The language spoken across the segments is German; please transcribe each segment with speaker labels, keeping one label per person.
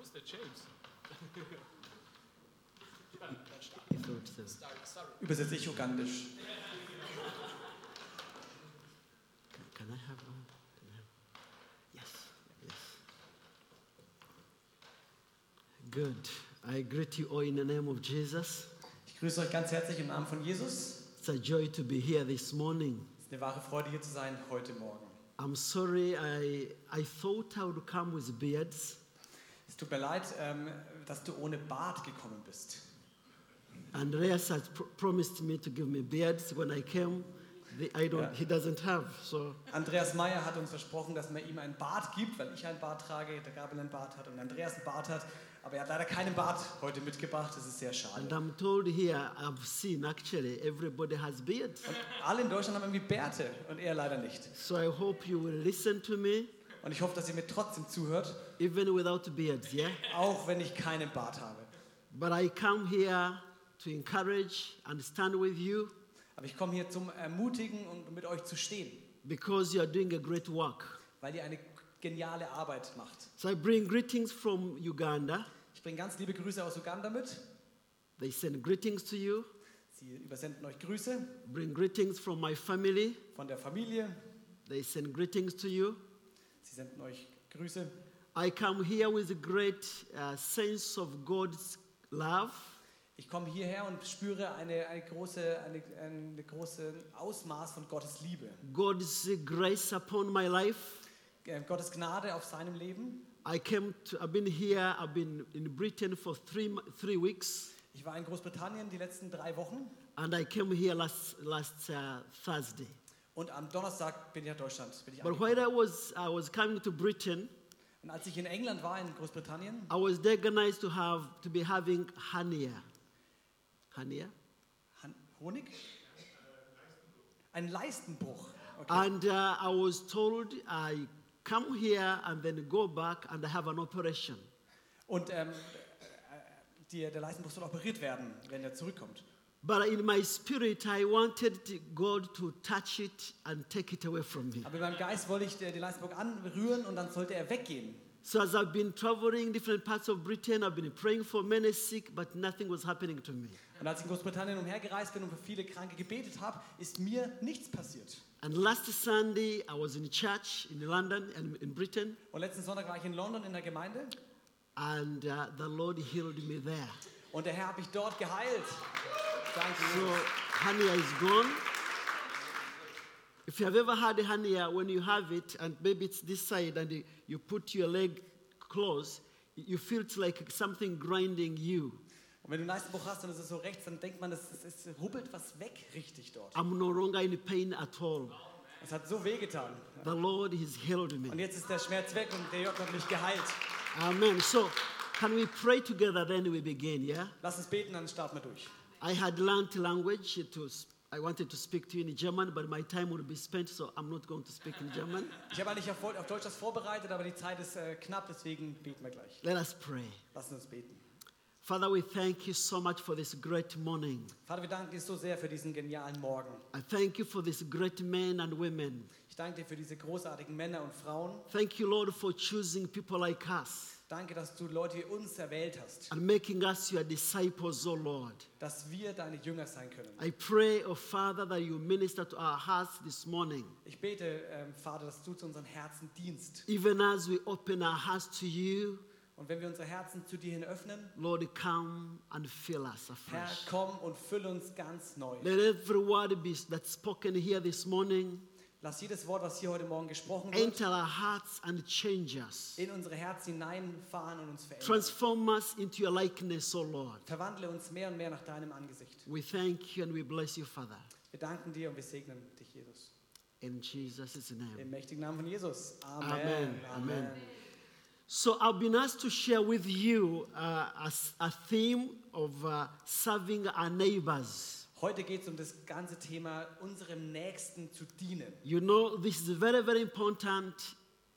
Speaker 1: Mr. James. Sorry, sorry.
Speaker 2: Übersetze ich Ugandisch.
Speaker 3: Can, can I have one? Can I have- Yes, yes. Good. I greet you all in the name of Jesus.
Speaker 2: Ich grüße euch ganz herzlich im Namen von Jesus.
Speaker 3: It's a joy to be here this morning.
Speaker 2: Es ist eine wahre Freude, hier zu sein heute Morgen.
Speaker 3: I'm sorry, I, I thought I would come with beards,
Speaker 2: Es tut mir leid, ähm, dass du ohne Bart gekommen bist.
Speaker 3: and Reyes has pr- promised me to give me beards when I came. The, I don't,
Speaker 2: Yeah.
Speaker 3: He doesn't have, so
Speaker 2: Andreas Meyer hat uns versprochen, dass man ihm einen Bart gibt, weil ich einen Bart trage, der Gabriel einen Bart hat und Andreas einen Bart hat. Aber er hat leider keinen Bart heute mitgebracht, das ist sehr schade.
Speaker 3: And I'm told here, I've seen actually everybody has beards.
Speaker 2: Alle in Deutschland haben irgendwie Bärte und er leider nicht.
Speaker 3: So I hope you will listen to me,
Speaker 2: Und ich hoffe, dass ihr mir trotzdem zuhört,
Speaker 3: even without beards, yeah?
Speaker 2: auch wenn ich keinen Bart habe.
Speaker 3: But I come here to encourage and stand with you
Speaker 2: Aber ich komme hier zum Ermutigen und um mit euch zu stehen,
Speaker 3: because you are doing a great work.
Speaker 2: weil ihr eine geniale Arbeit macht.
Speaker 3: So I bring greetings from Uganda.
Speaker 2: Ich bringe ganz liebe Grüße aus Uganda mit.
Speaker 3: They send greetings to you.
Speaker 2: Sie übersenden euch Grüße
Speaker 3: Bring greetings from my family.
Speaker 2: von der Familie.
Speaker 3: They send greetings to you.
Speaker 2: Sie senden euch Grüße.
Speaker 3: I come here with a great uh, sense of God's love.
Speaker 2: Ich komme hierher und spüre eine, eine große, eine, eine große Ausmaß von Gottes Liebe.
Speaker 3: God's grace upon my life.
Speaker 2: Äh, Gottes Gnade auf seinem Leben.
Speaker 3: I came to, I've been here, I've been in Britain for three, mo- three weeks,
Speaker 2: Ich war in Großbritannien die letzten drei Wochen
Speaker 3: and I came here last, last uh, Thursday.
Speaker 2: und am Donnerstag bin ich nach Deutschland. Bin ich
Speaker 3: But
Speaker 2: angekommen.
Speaker 3: when I was, I was coming to Britain,
Speaker 2: und als ich in England war, in Großbritannien,
Speaker 3: I was diagnosed to have to be having hernia. Hernia?
Speaker 2: Han Honig? Ein Leistenbruch. Okay.
Speaker 3: And uh, I was told I come here and then go back and I have an operation.
Speaker 2: Und ähm, äh, die, der Leistenbruch soll operiert werden, wenn er zurückkommt.
Speaker 3: But in my spirit, I wanted to- God to touch it and take it away from me.
Speaker 2: Aber in meinem Geist wollte ich äh, den Leistenbruch anrühren und dann sollte er weggehen.
Speaker 3: So as I've been traveling different parts of Britain, I've been praying for many sick, but nothing was happening to me.
Speaker 2: Und als ich in Großbritannien umhergereist bin und für viele Kranke gebetet habe, ist mir nichts passiert.
Speaker 3: And last Sunday, I was in church in London and in Britain,
Speaker 2: Und letzten Sonntag war ich in London in der Gemeinde
Speaker 3: and uh, the Lord healed me there.
Speaker 2: und der Herr hat mich dort geheilt. Danke.
Speaker 3: So
Speaker 2: Jesus.
Speaker 3: hernia is gone. If you have ever had a hernia, when you have it, and maybe it's this side, and you- you put your leg close, you feel it's like something grinding you.
Speaker 2: Und wenn du einen Leistenbruch hast und es ist so rechts, dann denkt man, es, es, es rubbelt was weg richtig dort.
Speaker 3: I'm no longer in pain at all.
Speaker 2: Es hat so wehgetan.
Speaker 3: The Lord has healed
Speaker 2: Und
Speaker 3: me.
Speaker 2: jetzt ist der Schmerz weg und der Jörg hat mich geheilt.
Speaker 3: Amen. So, can we pray together? Then we begin. Yeah.
Speaker 2: Lass uns beten, dann starten wir durch.
Speaker 3: I had learned language. To, s- I wanted to speak to you in German, but my time would be spent, so I'm not going to speak in German.
Speaker 2: Ich habe eigentlich auf, Vol- auf Deutsch das vorbereitet, aber die Zeit ist äh, knapp, deswegen beten wir gleich.
Speaker 3: Let us pray.
Speaker 2: Lass uns beten.
Speaker 3: Father, we thank you so much for this great morning.
Speaker 2: Vater, wir danken dir so sehr für diesen genialen Morgen.
Speaker 3: I thank you for these great men and women.
Speaker 2: Ich danke dir für diese großartigen Männer und Frauen.
Speaker 3: Thank you, Lord, for choosing people like us
Speaker 2: Danke, dass du Leute wie uns erwählt hast,
Speaker 3: and making us your disciples, O Lord.
Speaker 2: dass wir deine Jünger sein können.
Speaker 3: I pray, O Father, that you minister to our hearts this morning,
Speaker 2: Ich bete, ähm, Vater, dass du zu unseren Herzen dienst.
Speaker 3: even as we open our hearts to you.
Speaker 2: Und wenn wir unsere Herzen zu dir hin öffnen,
Speaker 3: Lord, come and fill us
Speaker 2: Herr,
Speaker 3: afresh.
Speaker 2: komm und fülle uns ganz neu.
Speaker 3: Let every word be that's spoken here this morning
Speaker 2: Lass jedes Wort, was hier heute Morgen gesprochen wird,
Speaker 3: enter our hearts and change us.
Speaker 2: in unsere Herzen hineinfahren und uns verändern.
Speaker 3: Transform us into your likeness, O Lord.
Speaker 2: Verwandle uns mehr und mehr nach deinem Angesicht.
Speaker 3: We thank you and we bless you, Father.
Speaker 2: Wir danken dir und wir segnen dich, Jesus.
Speaker 3: In Jesus' name.
Speaker 2: Im mächtigen Namen von Jesus. Amen.
Speaker 3: Amen. Amen. So I've been asked to share with you uh, a, s- a theme of uh, serving our neighbors.
Speaker 2: Heute geht es um das ganze Thema, unserem Nächsten zu dienen.
Speaker 3: You know, this is very, very important.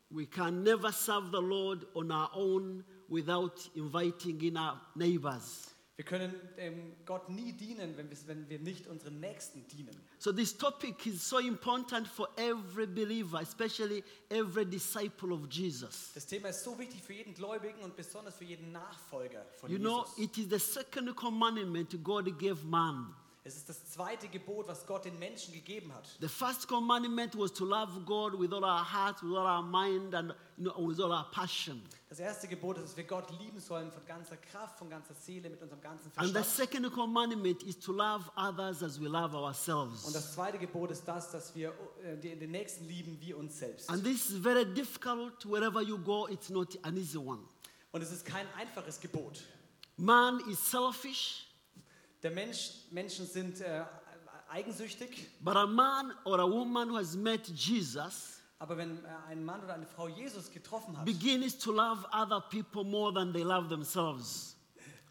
Speaker 3: We can never serve the Lord on our own without inviting in our neighbors.
Speaker 2: Wir können ähm, Gott nie dienen, wenn wir, wenn wir nicht unseren Nächsten dienen.
Speaker 3: So this topic is so important for every believer, especially every disciple of Jesus.
Speaker 2: Das Thema ist so wichtig für jeden Gläubigen und besonders für jeden Nachfolger von
Speaker 3: You know,
Speaker 2: Jesus.
Speaker 3: it is the second commandment God gave man.
Speaker 2: Es ist das zweite Gebot, was Gott den Menschen gegeben hat.
Speaker 3: The first commandment was to love God with all our heart, with all our mind, and you know, with all our passion.
Speaker 2: Das erste Gebot ist, dass wir Gott lieben sollen von ganzer Kraft, von ganzer Seele, mit unserem ganzen
Speaker 3: And the
Speaker 2: Verstand.
Speaker 3: second commandment is to love others as we love
Speaker 2: Und
Speaker 3: ourselves.
Speaker 2: das zweite Gebot ist das, dass wir äh, den den Nächsten lieben wie uns selbst.
Speaker 3: And this is very difficult wherever you go, it's not an easy one.
Speaker 2: Und es ist kein einfaches Gebot.
Speaker 3: Man is selfish,
Speaker 2: Der Mensch, Menschen sind äh, eigensüchtig,
Speaker 3: but a man or a woman who has met Jesus
Speaker 2: aber wenn äh, ein Mann oder eine Frau Jesus getroffen hat,
Speaker 3: begins to love other people more than they love themselves,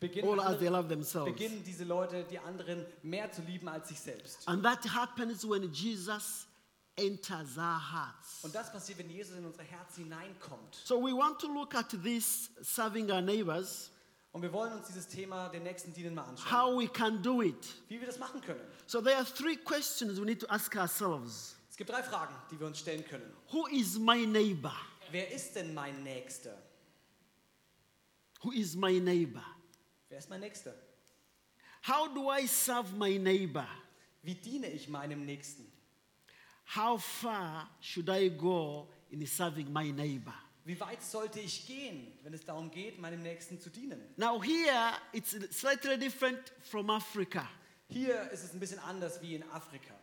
Speaker 2: beginnen,
Speaker 3: or as they
Speaker 2: andere,
Speaker 3: love themselves.
Speaker 2: beginnen diese Leute, die anderen mehr zu lieben als sich selbst.
Speaker 3: And that happens when Jesus enters our hearts.
Speaker 2: Und das passiert, wenn Jesus in unser Herz hineinkommt.
Speaker 3: So we want to look at this serving our neighbors,
Speaker 2: Und wir wollen uns dieses Thema den nächsten Dienen mal anschauen.
Speaker 3: how we can do it.
Speaker 2: Wie wir das machen können.
Speaker 3: So there are three questions we need to ask ourselves.
Speaker 2: Es gibt drei Fragen, die wir uns stellen können.
Speaker 3: Who is my neighbor?
Speaker 2: Wer ist denn mein Nächster?
Speaker 3: Who is my neighbor?
Speaker 2: Wer ist mein Nächster?
Speaker 3: How do I serve my neighbor?
Speaker 2: Wie diene ich meinem Nächsten?
Speaker 3: How far should I go in serving my neighbor?
Speaker 2: Wie weit sollte ich gehen, wenn es darum geht, meinem Nächsten zu dienen?
Speaker 3: Now, here it's slightly different from Africa
Speaker 2: Hier ist es ein bisschen anders wie in Afrika,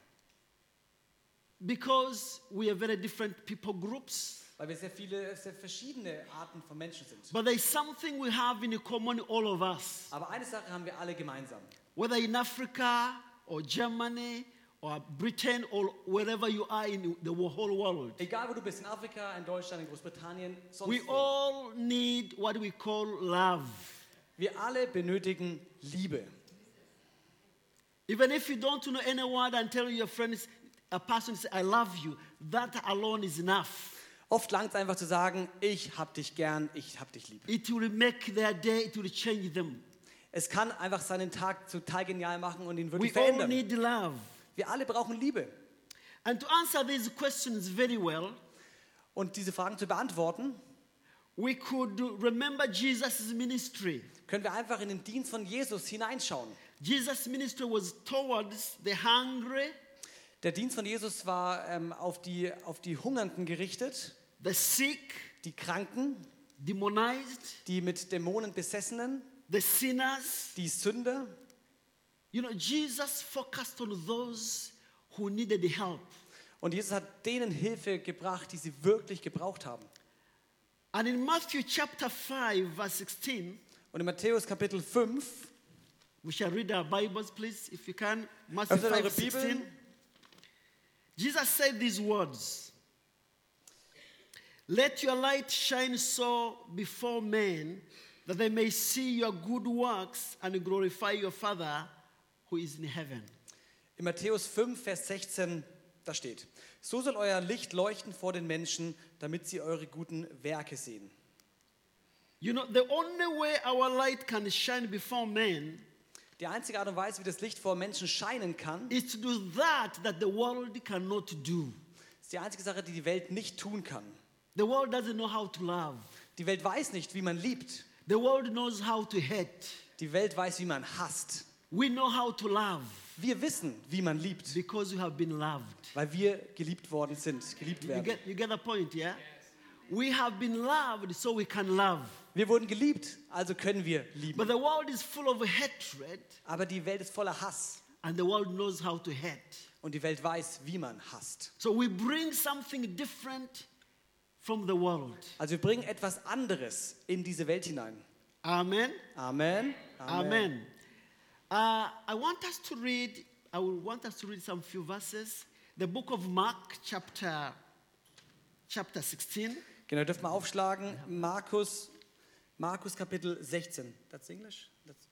Speaker 3: because we are very different people groups,
Speaker 2: weil wir sehr viele, sehr verschiedene Arten von Menschen sind.
Speaker 3: but there's something we have in common, all of us.
Speaker 2: Aber eine Sache haben wir alle gemeinsam.
Speaker 3: Whether in Africa or Germany or Britain or wherever you are in the whole world,
Speaker 2: Egal wo du bist, in Afrika, in Deutschland, in Großbritannien,
Speaker 3: we
Speaker 2: sonst wo.
Speaker 3: all need what we call love.
Speaker 2: Wir alle benötigen Liebe.
Speaker 3: Even if you don't know any word and tell your friends, a person say, I love you, that alone is enough.
Speaker 2: Oft langt es einfach zu sagen, ich hab dich gern, ich hab dich lieb.
Speaker 3: It will make their day, it will change them.
Speaker 2: Es kann einfach seinen Tag total genial machen und ihn
Speaker 3: We
Speaker 2: wirklich
Speaker 3: all
Speaker 2: verändern.
Speaker 3: need love.
Speaker 2: Wir alle brauchen Liebe.
Speaker 3: And to answer these questions very well,
Speaker 2: Und diese Fragen zu beantworten,
Speaker 3: we could remember Jesus' ministry.
Speaker 2: können wir einfach in den Dienst von Jesus hineinschauen.
Speaker 3: Jesus' ministry was towards the hungry,
Speaker 2: Der Dienst von Jesus war ähm, auf, die, auf die Hungernden gerichtet,
Speaker 3: the sick,
Speaker 2: die Kranken,
Speaker 3: demonized,
Speaker 2: die mit Dämonen besessenen,
Speaker 3: the sinners.
Speaker 2: die Sünder.
Speaker 3: You know, Jesus focused on those who needed help.
Speaker 2: Und Jesus hat denen Hilfe gebracht, die sie wirklich gebraucht haben.
Speaker 3: And in Matthew chapter 5, verse 16,
Speaker 2: Und in Matthäus Kapitel 5,
Speaker 3: we shall read our Bibles, please, if you can. Matthew
Speaker 2: öffnet eure
Speaker 3: 5, 16.
Speaker 2: Bibeln.
Speaker 3: Jesus said these words Let your light shine so before men that they may see your good works and glorify your Father who is in heaven.
Speaker 2: In Matthäus 5, Vers 16, da steht, so soll euer Licht leuchten vor den Menschen, damit sie eure guten Werke sehen.
Speaker 3: You know, the only way our light can shine before men
Speaker 2: Die einzige Art und Weise, wie das Licht vor Menschen scheinen kann,
Speaker 3: is to do that that the world cannot do.
Speaker 2: ist die einzige Sache, die die Welt nicht tun kann.
Speaker 3: The world doesn't know how to love,
Speaker 2: Die Welt weiß nicht, wie man liebt.
Speaker 3: the world knows how to hate.
Speaker 2: Die Welt weiß, wie man hasst.
Speaker 3: We know how to love
Speaker 2: Wir wissen, wie man liebt,
Speaker 3: because we have been loved.
Speaker 2: weil wir geliebt worden sind, geliebt
Speaker 3: You
Speaker 2: werden.
Speaker 3: get, you get the point, yeah? We have been loved so we can love.
Speaker 2: Wir wurden geliebt, also können wir
Speaker 3: But
Speaker 2: lieben.
Speaker 3: the world is full of hatred
Speaker 2: Aber die Welt ist voller Hass
Speaker 3: and the world knows how to hate.
Speaker 2: und die Welt weiß, wie man hasst.
Speaker 3: So we bring something different from the world.
Speaker 2: Also wir bringen etwas anderes in diese Welt hinein.
Speaker 3: Amen?
Speaker 2: Amen.
Speaker 3: Amen. Uh, I want us to read, I will want us to read some few verses. The book of Mark, chapter, chapter 16.
Speaker 2: Genau, dürft mal aufschlagen. Markus, Markus Kapitel 16. That's English? That's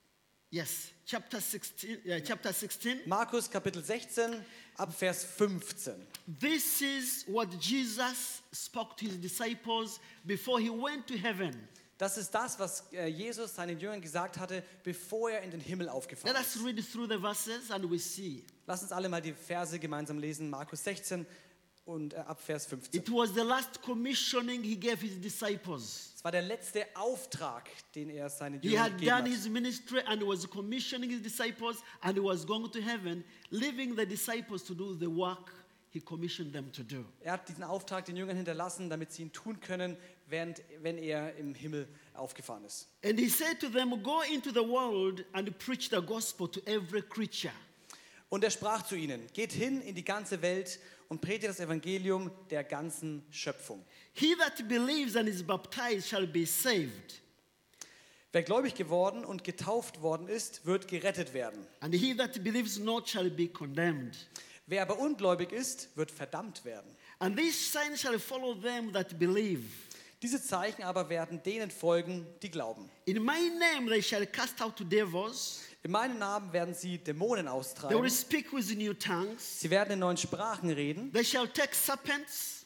Speaker 3: Yes, chapter 16, yeah, chapter 16.
Speaker 2: Markus Kapitel 16 ab Vers 15.
Speaker 3: This is what Jesus spoke to his disciples before he went to heaven.
Speaker 2: Das ist das, was äh, Jesus seinen Jüngern gesagt hatte, bevor er in den Himmel
Speaker 3: Let
Speaker 2: aufgefahren
Speaker 3: us
Speaker 2: ist.
Speaker 3: read through the verses and we see.
Speaker 2: Lass uns alle mal die Verse gemeinsam lesen. Markus 16 und äh, ab Vers 15.
Speaker 3: It was the last commissioning he gave his disciples.
Speaker 2: Es war der letzte Auftrag, den er seinen
Speaker 3: He
Speaker 2: Jüngern
Speaker 3: had done
Speaker 2: gegeben hat.
Speaker 3: his ministry and was commissioning his disciples and he was going to heaven, leaving the disciples to do the work he commissioned them to do.
Speaker 2: Er hat diesen Auftrag den Jüngern hinterlassen, damit sie ihn tun können, während, wenn er im Himmel aufgefahren ist.
Speaker 3: And he said to them, Go into the world and preach the gospel to every creature.
Speaker 2: Und er sprach zu ihnen, geht hin in die ganze Welt und predigt das Evangelium der ganzen Schöpfung.
Speaker 3: He that believes and is baptized shall be saved,
Speaker 2: Wer gläubig geworden und getauft worden ist, wird gerettet werden.
Speaker 3: and he that believes not shall be condemned.
Speaker 2: Wer aber ungläubig ist, wird verdammt werden.
Speaker 3: And these signs shall follow them that believe.
Speaker 2: Diese Zeichen aber werden denen folgen, die glauben.
Speaker 3: In my name they shall cast out devils,
Speaker 2: In meinem Namen werden sie Dämonen
Speaker 3: they will
Speaker 2: austreiben.
Speaker 3: speak with new tongues,
Speaker 2: Sie werden in neuen Sprachen reden.
Speaker 3: they shall take serpents,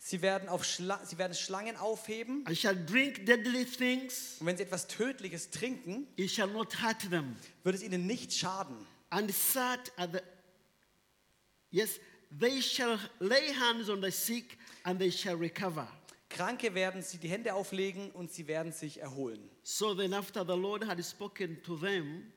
Speaker 2: Sie werden, auf Schla sie werden Schlangen aufheben.
Speaker 3: and shall drink deadly things.
Speaker 2: Und wenn sie etwas Tödliches trinken,
Speaker 3: It shall not hurt them.
Speaker 2: wird es ihnen nicht schaden.
Speaker 3: And sat at the yes, they shall lay hands on the sick and they shall recover.
Speaker 2: Kranke werden sie die Hände auflegen und sie werden sich erholen.
Speaker 3: So then, after the Lord had spoken to them,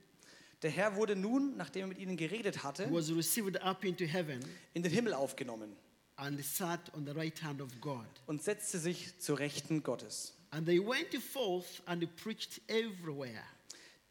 Speaker 2: Der Herr wurde nun, nachdem er mit ihnen geredet
Speaker 3: he
Speaker 2: hatte,
Speaker 3: was received up into heaven
Speaker 2: in den Himmel aufgenommen
Speaker 3: and sat on the right hand of God.
Speaker 2: und setzte sich zur Rechten Gottes.
Speaker 3: And they went forth and preached everywhere,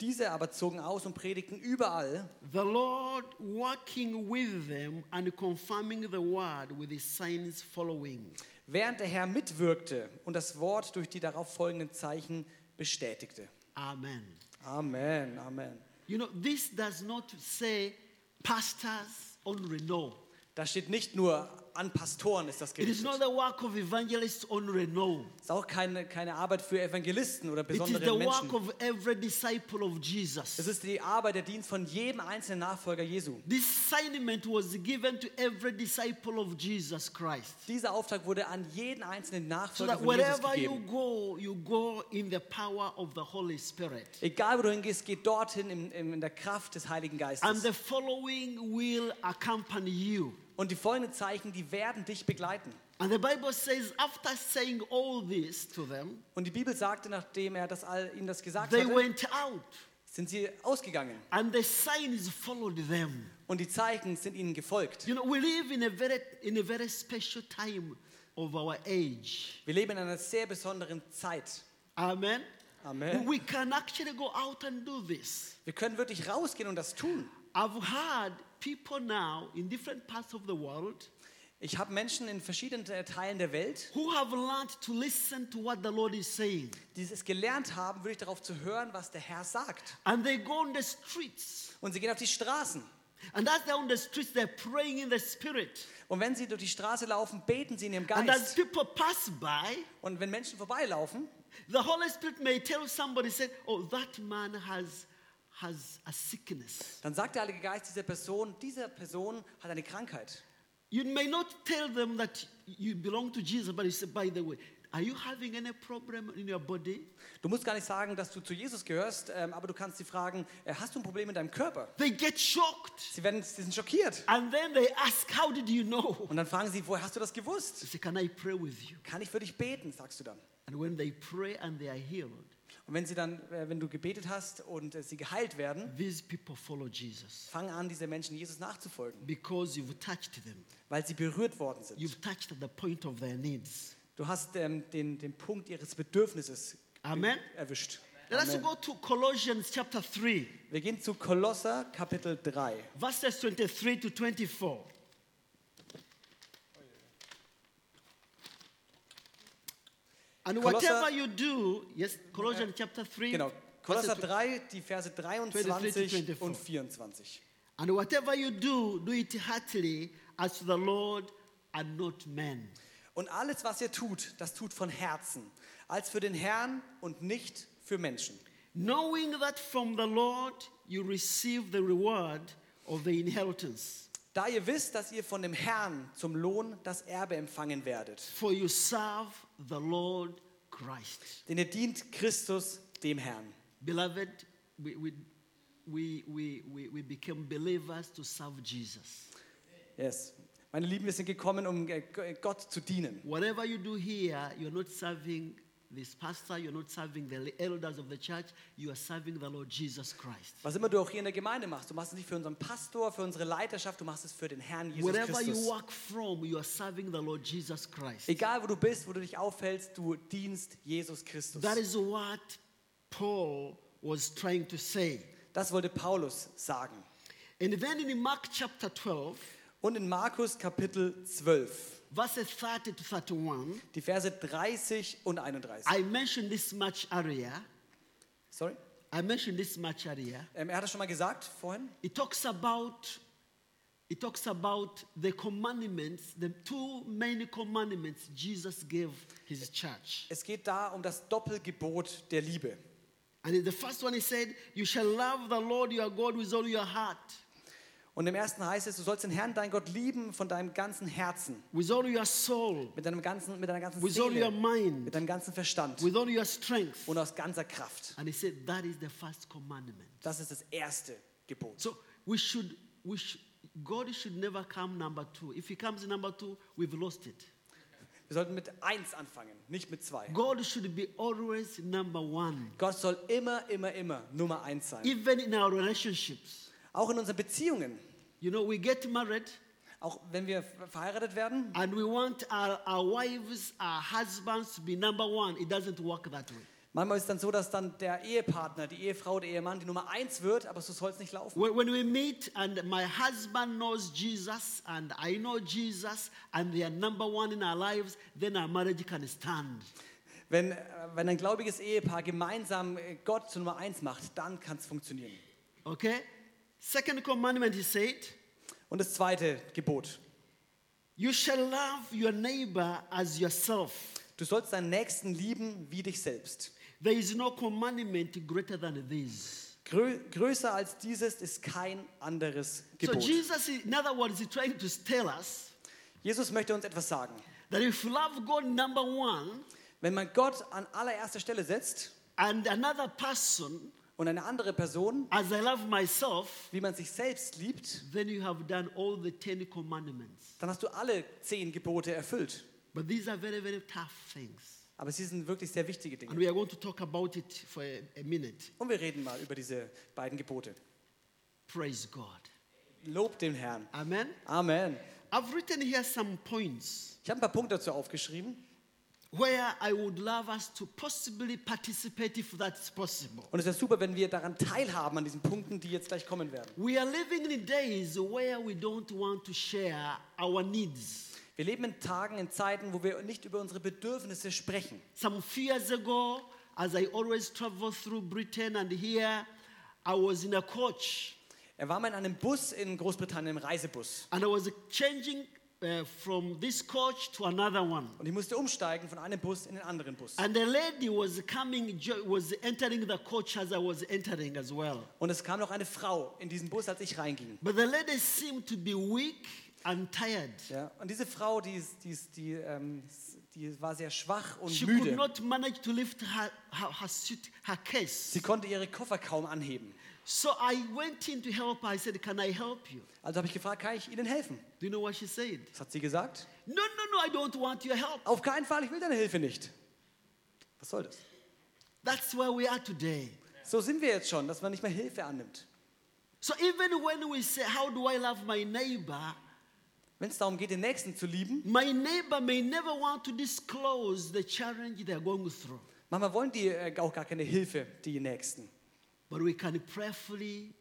Speaker 2: Diese aber zogen aus und predigten überall,
Speaker 3: the Lord working with them and confirming the word with his signs following.
Speaker 2: während der Herr mitwirkte und das Wort durch die darauf folgenden Zeichen bestätigte.
Speaker 3: Amen.
Speaker 2: Amen, Amen.
Speaker 3: You know, this does not say pastors only know.
Speaker 2: Da steht nicht nur an Pastoren ist das
Speaker 3: It is not
Speaker 2: gerichtet.
Speaker 3: the work of evangelists only, no.
Speaker 2: Es ist auch keine, keine Arbeit für Evangelisten oder
Speaker 3: It is the
Speaker 2: besondere
Speaker 3: work
Speaker 2: Menschen.
Speaker 3: of every disciple of
Speaker 2: Es
Speaker 3: Jesus.
Speaker 2: ist die Arbeit, der Dienst von jedem einzelnen Nachfolger Jesu.
Speaker 3: This assignment was given to every disciple of Jesus Christ.
Speaker 2: Dieser Auftrag wurde an jeden einzelnen
Speaker 3: So
Speaker 2: Nachfolger
Speaker 3: that
Speaker 2: von Jesus
Speaker 3: wherever you
Speaker 2: gegeben.
Speaker 3: go, you go in the power of the Holy Spirit.
Speaker 2: Egal, wo du hingehst, geh dorthin in, in, in der Kraft des Heiligen
Speaker 3: And
Speaker 2: Geistes.
Speaker 3: the following will accompany you.
Speaker 2: Und die folgenden Zeichen, die werden dich begleiten.
Speaker 3: And the Bible says, after saying all this to them,
Speaker 2: Und die Bibel sagte, nachdem er das all, ihnen das gesagt
Speaker 3: they
Speaker 2: hatte,
Speaker 3: went out
Speaker 2: sind sie ausgegangen.
Speaker 3: and the signs followed them.
Speaker 2: Und die Zeichen sind ihnen gefolgt.
Speaker 3: You know, we live in a very, in a very special time of our age.
Speaker 2: Wir leben in einer sehr besonderen Zeit.
Speaker 3: Amen.
Speaker 2: Amen.
Speaker 3: We can actually go out and do this.
Speaker 2: Wir können wirklich rausgehen und das tun.
Speaker 3: I've heard people now in different parts of the world
Speaker 2: Ich habe Menschen in verschiedenen äh, Teilen der Welt,
Speaker 3: who have learned to listen to what the Lord is saying.
Speaker 2: die es gelernt haben, wirklich darauf zu hören, was der Herr sagt.
Speaker 3: And they go on the streets.
Speaker 2: Und sie gehen auf die Straßen.
Speaker 3: And as they're on the streets, they're praying in the spirit.
Speaker 2: Und wenn sie durch die Straße laufen, beten sie in ihrem
Speaker 3: And as
Speaker 2: Geist.
Speaker 3: people pass by,
Speaker 2: Und wenn Menschen vorbeilaufen,
Speaker 3: the Holy Spirit may tell somebody, say, Oh, that man has, has a sickness.
Speaker 2: dann sagt der Heilige Geist dieser Person, diese Person hat eine Krankheit.
Speaker 3: You may not tell them that you belong to Jesus, but you say, By the way, are you having any problem in your body?
Speaker 2: Du musst gar nicht sagen, dass du zu Jesus gehörst, ähm, aber du kannst sie fragen, äh, hast du ein Problem mit deinem Körper?
Speaker 3: They get shocked.
Speaker 2: Sie werden sie sind schockiert.
Speaker 3: And then they ask, How did you know?
Speaker 2: Und dann fragen sie, woher hast du das
Speaker 3: They
Speaker 2: gewusst?
Speaker 3: say, Can I pray with you?
Speaker 2: Kann ich für dich beten, sagst du dann.
Speaker 3: And when they pray and they are healed,
Speaker 2: Und wenn sie dann, äh, wenn du gebetet hast und äh, sie geheilt werden,
Speaker 3: these people follow Jesus
Speaker 2: fangen an, diese Menschen Jesus nachzufolgen,
Speaker 3: because you've touched them.
Speaker 2: weil sie berührt worden sind.
Speaker 3: You've touched the point of their needs.
Speaker 2: Du hast ähm, den, den Punkt ihres Bedürfnisses
Speaker 3: Amen.
Speaker 2: erwischt.
Speaker 3: Let us
Speaker 2: Amen.
Speaker 3: go to Colossians chapter 3,
Speaker 2: Wir gehen zu Kolosser Kapitel 3.
Speaker 3: verses 23 to 24. And
Speaker 2: Colosser-
Speaker 3: whatever you do, yes, Colossians chapter 3,
Speaker 2: Genau.
Speaker 3: verses
Speaker 2: Kolosser
Speaker 3: tw-
Speaker 2: 3, die Verse 23
Speaker 3: 24.
Speaker 2: und 24.
Speaker 3: and whatever you do, do it heartily as to the Lord and not men.
Speaker 2: Und alles, was ihr tut, das tut von Herzen, als für den Herrn und nicht für Menschen.
Speaker 3: knowing that from the Lord you receive the reward of the inheritance,
Speaker 2: Da ihr wisst, dass ihr von dem Herrn zum Lohn das Erbe empfangen werdet.
Speaker 3: for you serve the Lord Christ.
Speaker 2: denn ihr dient Christus, dem Herrn.
Speaker 3: Beloved, we, we, we, we, we, we became believers to serve Jesus.
Speaker 2: Yes. Meine Lieben, wir sind gekommen, um äh, Gott zu dienen.
Speaker 3: Whatever you do here, you're not serving this pastor, you're not serving the elders of the church, you are serving the Lord Jesus Christ.
Speaker 2: Was immer du auch hier in der Gemeinde machst, du machst es nicht für unseren Pastor, für unsere Leiterschaft, du machst es für den Herrn Jesus
Speaker 3: Wherever you
Speaker 2: Christus.
Speaker 3: work from, you are serving the Lord Jesus Christ.
Speaker 2: Egal wo du bist, wo du dich aufhältst, du dienst Jesus Christus.
Speaker 3: That is what Paul was trying to say.
Speaker 2: Das wollte Paulus sagen.
Speaker 3: And then in Mark chapter 12,
Speaker 2: Und in Markus Kapitel 12,
Speaker 3: verses 30 to 31,
Speaker 2: die Verse 30 und 31.
Speaker 3: I mentioned this much area.
Speaker 2: Sorry.
Speaker 3: I mentioned this much area.
Speaker 2: Ähm, er hat es schon mal gesagt vorhin.
Speaker 3: It talks about it talks about the commandments, the two main commandments Jesus gave his church.
Speaker 2: Es geht da um das Doppelgebot der Liebe.
Speaker 3: And in the first one he said, You shall love the Lord your God with all your heart,
Speaker 2: Und im ersten heißt es, du sollst den Herrn, dein Gott, lieben von deinem ganzen Herzen,
Speaker 3: with all your soul,
Speaker 2: mit deinem ganzen, mit deiner ganzen
Speaker 3: with all your
Speaker 2: Seele,
Speaker 3: mind,
Speaker 2: mit deinem ganzen Verstand
Speaker 3: with all your strength.
Speaker 2: und aus ganzer Kraft.
Speaker 3: And he said, That is the first commandment.
Speaker 2: Das ist das erste Gebot.
Speaker 3: So we should, we should, God should never come number two. If he comes number two, we've lost it.
Speaker 2: Wir sollten mit eins anfangen, nicht mit zwei.
Speaker 3: God should be always number one,
Speaker 2: Gott soll immer, immer, immer Nummer eins sein.
Speaker 3: even in our relationships.
Speaker 2: Auch in unseren Beziehungen.
Speaker 3: You know, we get married
Speaker 2: Auch wenn wir verheiratet werden
Speaker 3: and we want our, our wives, our husbands to be number one. It doesn't work that way.
Speaker 2: Manchmal ist es dann so, dass dann der Ehepartner, die Ehefrau, der Ehemann die Nummer eins wird, aber so soll es nicht laufen.
Speaker 3: When, when we meet and my husband knows Jesus and I know Jesus and they are number one in our lives, then our marriage can stand.
Speaker 2: Wenn, äh, wenn ein gläubiges Ehepaar gemeinsam äh, Gott zur Nummer eins macht, dann kann es funktionieren.
Speaker 3: Okay? Second commandment, he said,
Speaker 2: Und das zweite Gebot.
Speaker 3: You shall love your neighbor as yourself.
Speaker 2: Du sollst deinen Nächsten lieben wie dich selbst.
Speaker 3: There is no commandment greater than this.
Speaker 2: Grö größer als dieses ist kein anderes
Speaker 3: So
Speaker 2: Gebot.
Speaker 3: Jesus, in other words, is trying to tell us
Speaker 2: Jesus möchte uns etwas sagen.
Speaker 3: that if you love God number one
Speaker 2: Wenn man Gott an allererster Stelle setzt
Speaker 3: and another person
Speaker 2: und eine andere Person,
Speaker 3: as I love myself,
Speaker 2: wie man sich selbst liebt,
Speaker 3: then you have done all the ten commandments.
Speaker 2: dann hast du alle zehn Gebote erfüllt.
Speaker 3: But these are very, very tough things.
Speaker 2: Aber sie sind wirklich sehr wichtige
Speaker 3: And
Speaker 2: Dinge.
Speaker 3: we are going to talk about it for a, a minute.
Speaker 2: Und wir reden mal über diese beiden Gebote.
Speaker 3: Praise God.
Speaker 2: Lob dem Herrn.
Speaker 3: Amen.
Speaker 2: Amen.
Speaker 3: I've written here some points
Speaker 2: Ich habe ein paar Punkte dazu aufgeschrieben.
Speaker 3: where I would love us to possibly participate if that's possible.
Speaker 2: Und es wäre super, wenn wir daran teilhaben, an diesen Punkten, die jetzt gleich kommen werden.
Speaker 3: We are living in days where we don't want to share our needs.
Speaker 2: Wir leben in Tagen, in Zeiten, wo wir nicht über unsere Bedürfnisse sprechen.
Speaker 3: Some few years ago, as I always travel through Britain and here, I was in a coach
Speaker 2: Er war mal in einem Bus in Großbritannien, im Reisebus.
Speaker 3: and I was changing uh, from this coach to another one.
Speaker 2: Und ich musste umsteigen von einem Bus in den anderen Bus.
Speaker 3: And the lady was coming, jo- was entering the coach as I was entering as well.
Speaker 2: Und es kam noch eine Frau in diesen Bus, als ich reinging.
Speaker 3: But the lady seemed to be weak and tired.
Speaker 2: Ja? Und diese Frau, die, ist- die, ist- die, ähm, die war sehr schwach und
Speaker 3: She could
Speaker 2: müde.
Speaker 3: not manage to lift her, her, her, suit, her case.
Speaker 2: Sie konnte ihre Koffer kaum anheben.
Speaker 3: So I went in to help her. I said, Can I help you?
Speaker 2: Also habe ich gefragt, kann ich Ihnen helfen?
Speaker 3: Do you know what she said?
Speaker 2: Das hat sie gesagt.
Speaker 3: No, no, no, I don't want your help.
Speaker 2: Auf keinen Fall, ich will deine Hilfe nicht. Was soll das?
Speaker 3: That's where we are today.
Speaker 2: So sind wir jetzt schon, dass man nicht mehr Hilfe annimmt.
Speaker 3: So even when we say, How do I love my neighbor?
Speaker 2: Wenn es darum geht, den Nächsten zu lieben,
Speaker 3: My neighbor may never want to disclose the challenge they're going through.
Speaker 2: manchmal wollen die äh, auch gar keine Hilfe, die Nächsten.
Speaker 3: But we can prayerfully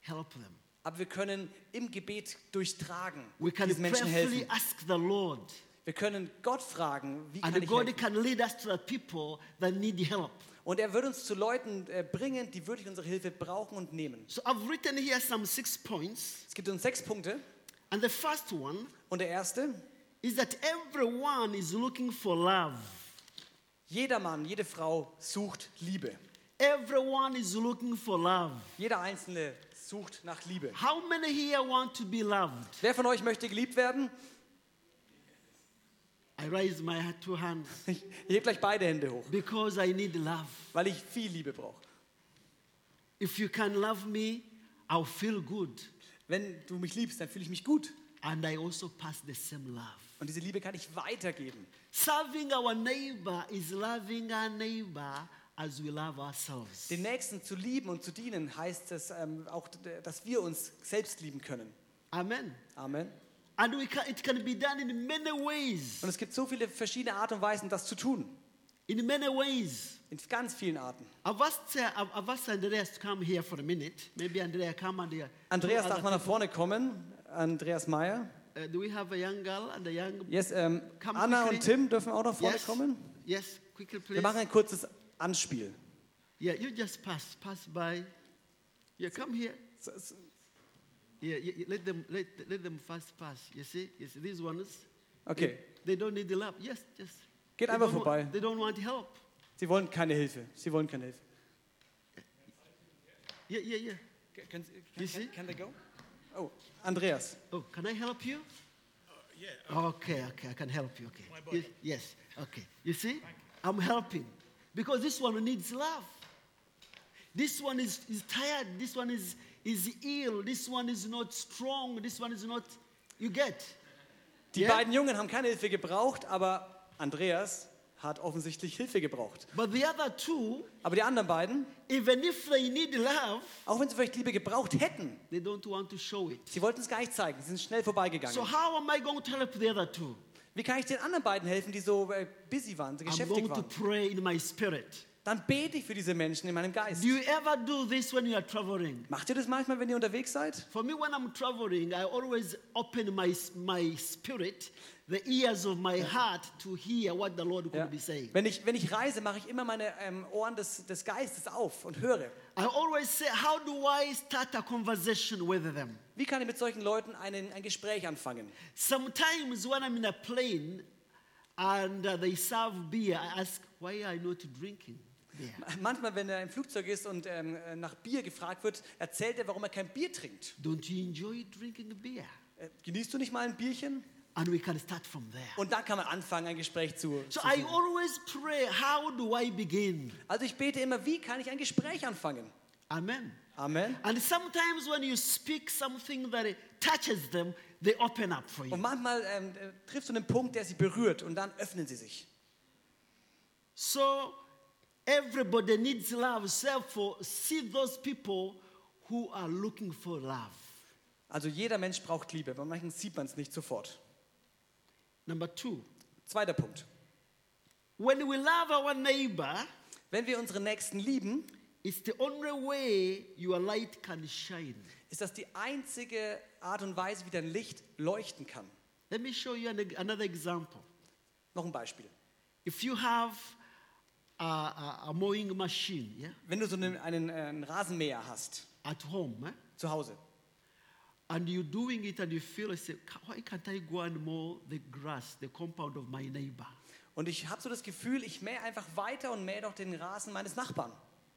Speaker 3: help them.
Speaker 2: Aber wir können im Gebet durchtragen,
Speaker 3: We can
Speaker 2: diesen Menschen
Speaker 3: prayerfully
Speaker 2: helfen.
Speaker 3: ask the Lord.
Speaker 2: Wir können Gott fragen, wie kann
Speaker 3: And
Speaker 2: ich helfen?
Speaker 3: God can lead us to the people that need help.
Speaker 2: Und er wird uns zu Leuten äh, bringen, die wirklich unsere Hilfe brauchen und nehmen.
Speaker 3: So I've written here some six points.
Speaker 2: Es gibt uns sechs Punkte.
Speaker 3: And the first one
Speaker 2: Und der erste,
Speaker 3: is that everyone is looking for love.
Speaker 2: jeder Mann, jede Frau sucht Liebe.
Speaker 3: Everyone is looking for love.
Speaker 2: Jeder Einzelne sucht nach Liebe.
Speaker 3: How many here want to be loved?
Speaker 2: Wer von euch möchte geliebt werden?
Speaker 3: I raise my ha- two hands
Speaker 2: Ich hebe gleich beide Hände hoch,
Speaker 3: because I need love.
Speaker 2: weil ich viel Liebe brauche.
Speaker 3: If you can love me, I'll feel good.
Speaker 2: Wenn du mich liebst, dann fühle ich mich gut.
Speaker 3: And I also pass the same love.
Speaker 2: Und diese Liebe kann ich weitergeben.
Speaker 3: Serving our neighbor is loving our neighbor as we love ourselves.
Speaker 2: Den Nächsten zu lieben und zu dienen heißt es ähm, auch, dass wir uns selbst lieben können.
Speaker 3: Amen.
Speaker 2: Amen.
Speaker 3: And we can, it can be done in many ways.
Speaker 2: Und es gibt so viele verschiedene Arten und Weisen, das zu tun.
Speaker 3: In many ways.
Speaker 2: In ganz vielen Arten.
Speaker 3: I've asked, uh, I've- I've asked Andreas to come here for a minute. Maybe Andrea, come and uh,
Speaker 2: Andreas
Speaker 3: do
Speaker 2: darf
Speaker 3: other-
Speaker 2: mal nach vorne kommen. Andreas Meyer.
Speaker 3: uh, do we have a young girl and a young?
Speaker 2: Yes, ähm,
Speaker 3: Come
Speaker 2: Anna
Speaker 3: quickly.
Speaker 2: und Tim dürfen auch nach vorne
Speaker 3: yes.
Speaker 2: kommen.
Speaker 3: Yes, quickly,
Speaker 2: Wir
Speaker 3: please.
Speaker 2: machen ein kurzes Anspiel.
Speaker 3: Yeah, you just pass, pass by. Yeah, come here.
Speaker 2: So, so,
Speaker 3: Yeah, yeah, yeah, let them, let, let them first pass. You see, you see these ones.
Speaker 2: Okay,
Speaker 3: They don't need the love. Yes, yes.
Speaker 2: Geht
Speaker 3: They
Speaker 2: einfach
Speaker 3: don't wa-
Speaker 2: vorbei.
Speaker 3: They don't want help.
Speaker 2: Sie wollen keine Hilfe. Sie wollen keine Hilfe.
Speaker 3: Yeah, yeah, yeah.
Speaker 2: Can,
Speaker 3: You see?
Speaker 2: they go? Oh, Andreas.
Speaker 3: Oh, can I help you?
Speaker 2: Uh,
Speaker 4: Yeah,
Speaker 3: Okay, okay, I can help you. Okay.
Speaker 4: My boy.
Speaker 3: Ye- Yes, okay. You see, I'm helping because this one needs love. This one is, is tired. This one is, is ill. This one is not strong. This one is not. You get?
Speaker 2: Die
Speaker 3: Yeah.
Speaker 2: beiden Jungen haben keine Hilfe gebraucht, aber Andreas hat offensichtlich Hilfe gebraucht.
Speaker 3: But the other two,
Speaker 2: Aber die anderen beiden,
Speaker 3: even if they need love,
Speaker 2: auch wenn sie vielleicht Liebe gebraucht hätten,
Speaker 3: they don't want to show it.
Speaker 2: sie wollten es gar nicht zeigen. Sie sind schnell
Speaker 3: So
Speaker 2: vorbeigegangen.
Speaker 3: how am I going to help the other two?
Speaker 2: Wie kann ich den anderen beiden helfen, die so äh, busy waren, so
Speaker 3: I'm
Speaker 2: geschäftig
Speaker 3: going to
Speaker 2: waren?
Speaker 3: pray in my spirit.
Speaker 2: Dann bete ich für diese Menschen in meinem Geist.
Speaker 3: Do you ever do this when you are traveling?
Speaker 2: Macht ihr das manchmal, wenn ihr unterwegs seid?
Speaker 3: For me, when I'm traveling, I always open my, my spirit, the ears of my heart, to hear what the Lord could
Speaker 2: Ja.
Speaker 3: be saying.
Speaker 2: Wenn, ich, wenn ich reise, mache ich immer meine ähm, Ohren des, des Geistes auf und höre.
Speaker 3: I always say, How do I start a conversation with them?
Speaker 2: Wie kann ich mit solchen Leuten einen, ein Gespräch anfangen?
Speaker 3: Sometimes when I'm in a plane and uh, they serve beer, I ask, Why are you not drinking beer?
Speaker 2: Manchmal, wenn er im Flugzeug ist und ähm, nach Bier gefragt wird, erzählt er, warum er kein Bier trinkt.
Speaker 3: Don't you enjoy drinking beer?
Speaker 2: Äh, genießt du nicht mal ein Bierchen?
Speaker 3: And we can start from there.
Speaker 2: Und dann kann man anfangen, ein Gespräch zu.
Speaker 3: So
Speaker 2: zu
Speaker 3: I
Speaker 2: führen.
Speaker 3: always pray, How do I begin?
Speaker 2: also ich bete immer, wie kann ich ein Gespräch anfangen?
Speaker 3: Amen.
Speaker 2: Amen.
Speaker 3: And sometimes when you speak something that touches them, they open up for
Speaker 2: Und
Speaker 3: you.
Speaker 2: manchmal ähm, äh, triffst du einen Punkt, der sie berührt und dann öffnen sie sich.
Speaker 3: So everybody needs love. Therefore, see those people who are looking for love.
Speaker 2: Also jeder Mensch braucht Liebe, bei manchen sieht man es nicht sofort.
Speaker 3: Number two,
Speaker 2: Zweiter Punkt.
Speaker 3: when we love our neighbor,
Speaker 2: Wenn wir unsere Nächsten lieben,
Speaker 3: it's the only way your light can shine.
Speaker 2: ist das die einzige Art und Weise, wie dein Licht leuchten kann.
Speaker 3: Let me show you an, another example.
Speaker 2: Noch ein Beispiel.
Speaker 3: If you have a, a, a mowing machine yeah,
Speaker 2: Wenn du so einen, einen, äh, einen Rasenmäher hast,
Speaker 3: at home, eh,
Speaker 2: zu Hause,
Speaker 3: and you're doing it and you feel I say, "Ca- why can't I go and mow the grass, the compound of my neighbor?
Speaker 2: und ich habe so das Gefühl, ich mähe einfach weiter und mähe doch den Rasen meines Nachbarn.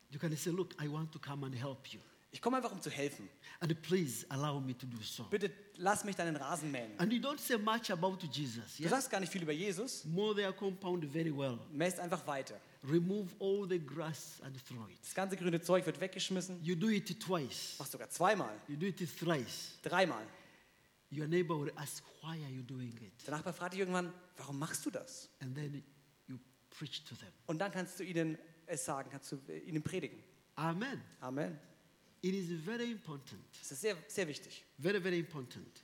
Speaker 3: You can say, look, I want to come and help you.
Speaker 2: Ich komme einfach, um zu helfen.
Speaker 3: And please allow me to do so.
Speaker 2: Bitte lass mich deinen Rasen mähen.
Speaker 3: And you don't say much about Jesus.
Speaker 2: Du
Speaker 3: Yeah?
Speaker 2: sagst gar nicht viel über Jesus,
Speaker 3: Mow their compound very well.
Speaker 2: mähst einfach weiter.
Speaker 3: Remove all the grass and throw it.
Speaker 2: Das ganze grüne Zeug wird weggeschmissen.
Speaker 3: You do it twice.
Speaker 2: Machst sogar zweimal,
Speaker 3: You do it thrice.
Speaker 2: dreimal.
Speaker 3: Your neighbor will ask, why are you doing it?
Speaker 2: Der Nachbar fragt dich irgendwann, warum machst du das?
Speaker 3: And then you preach to them.
Speaker 2: Und dann kannst du ihnen es sagen, kannst du äh, ihnen predigen.
Speaker 3: Amen.
Speaker 2: Amen.
Speaker 3: It is very important.
Speaker 2: Das ist sehr, sehr wichtig.
Speaker 3: Very, very important.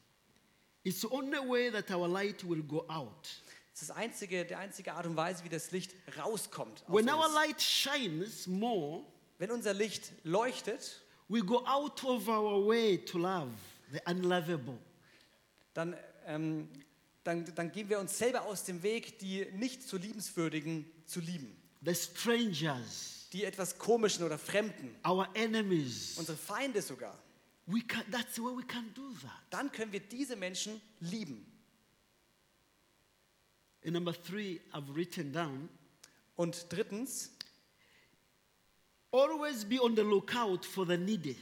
Speaker 3: It's the only way that our light will go out.
Speaker 2: Das ist das einzige, die einzige Art und Weise, wie das Licht rauskommt. Aus
Speaker 3: When
Speaker 2: uns.
Speaker 3: our light shines more,
Speaker 2: Wenn unser Licht leuchtet,
Speaker 3: we go out of our way to love the unlovable.
Speaker 2: dann, ähm, dann, dann geben wir uns selber aus dem Weg, die nicht so liebenswürdigen zu lieben.
Speaker 3: the strangers,
Speaker 2: Die etwas komischen oder Fremden,
Speaker 3: our enemies.
Speaker 2: unsere Feinde sogar.
Speaker 3: We can, that's the way we can do that.
Speaker 2: Dann können wir diese Menschen lieben.
Speaker 3: And number three, I've written down
Speaker 2: Und drittens,
Speaker 3: always be on the lookout for the needy.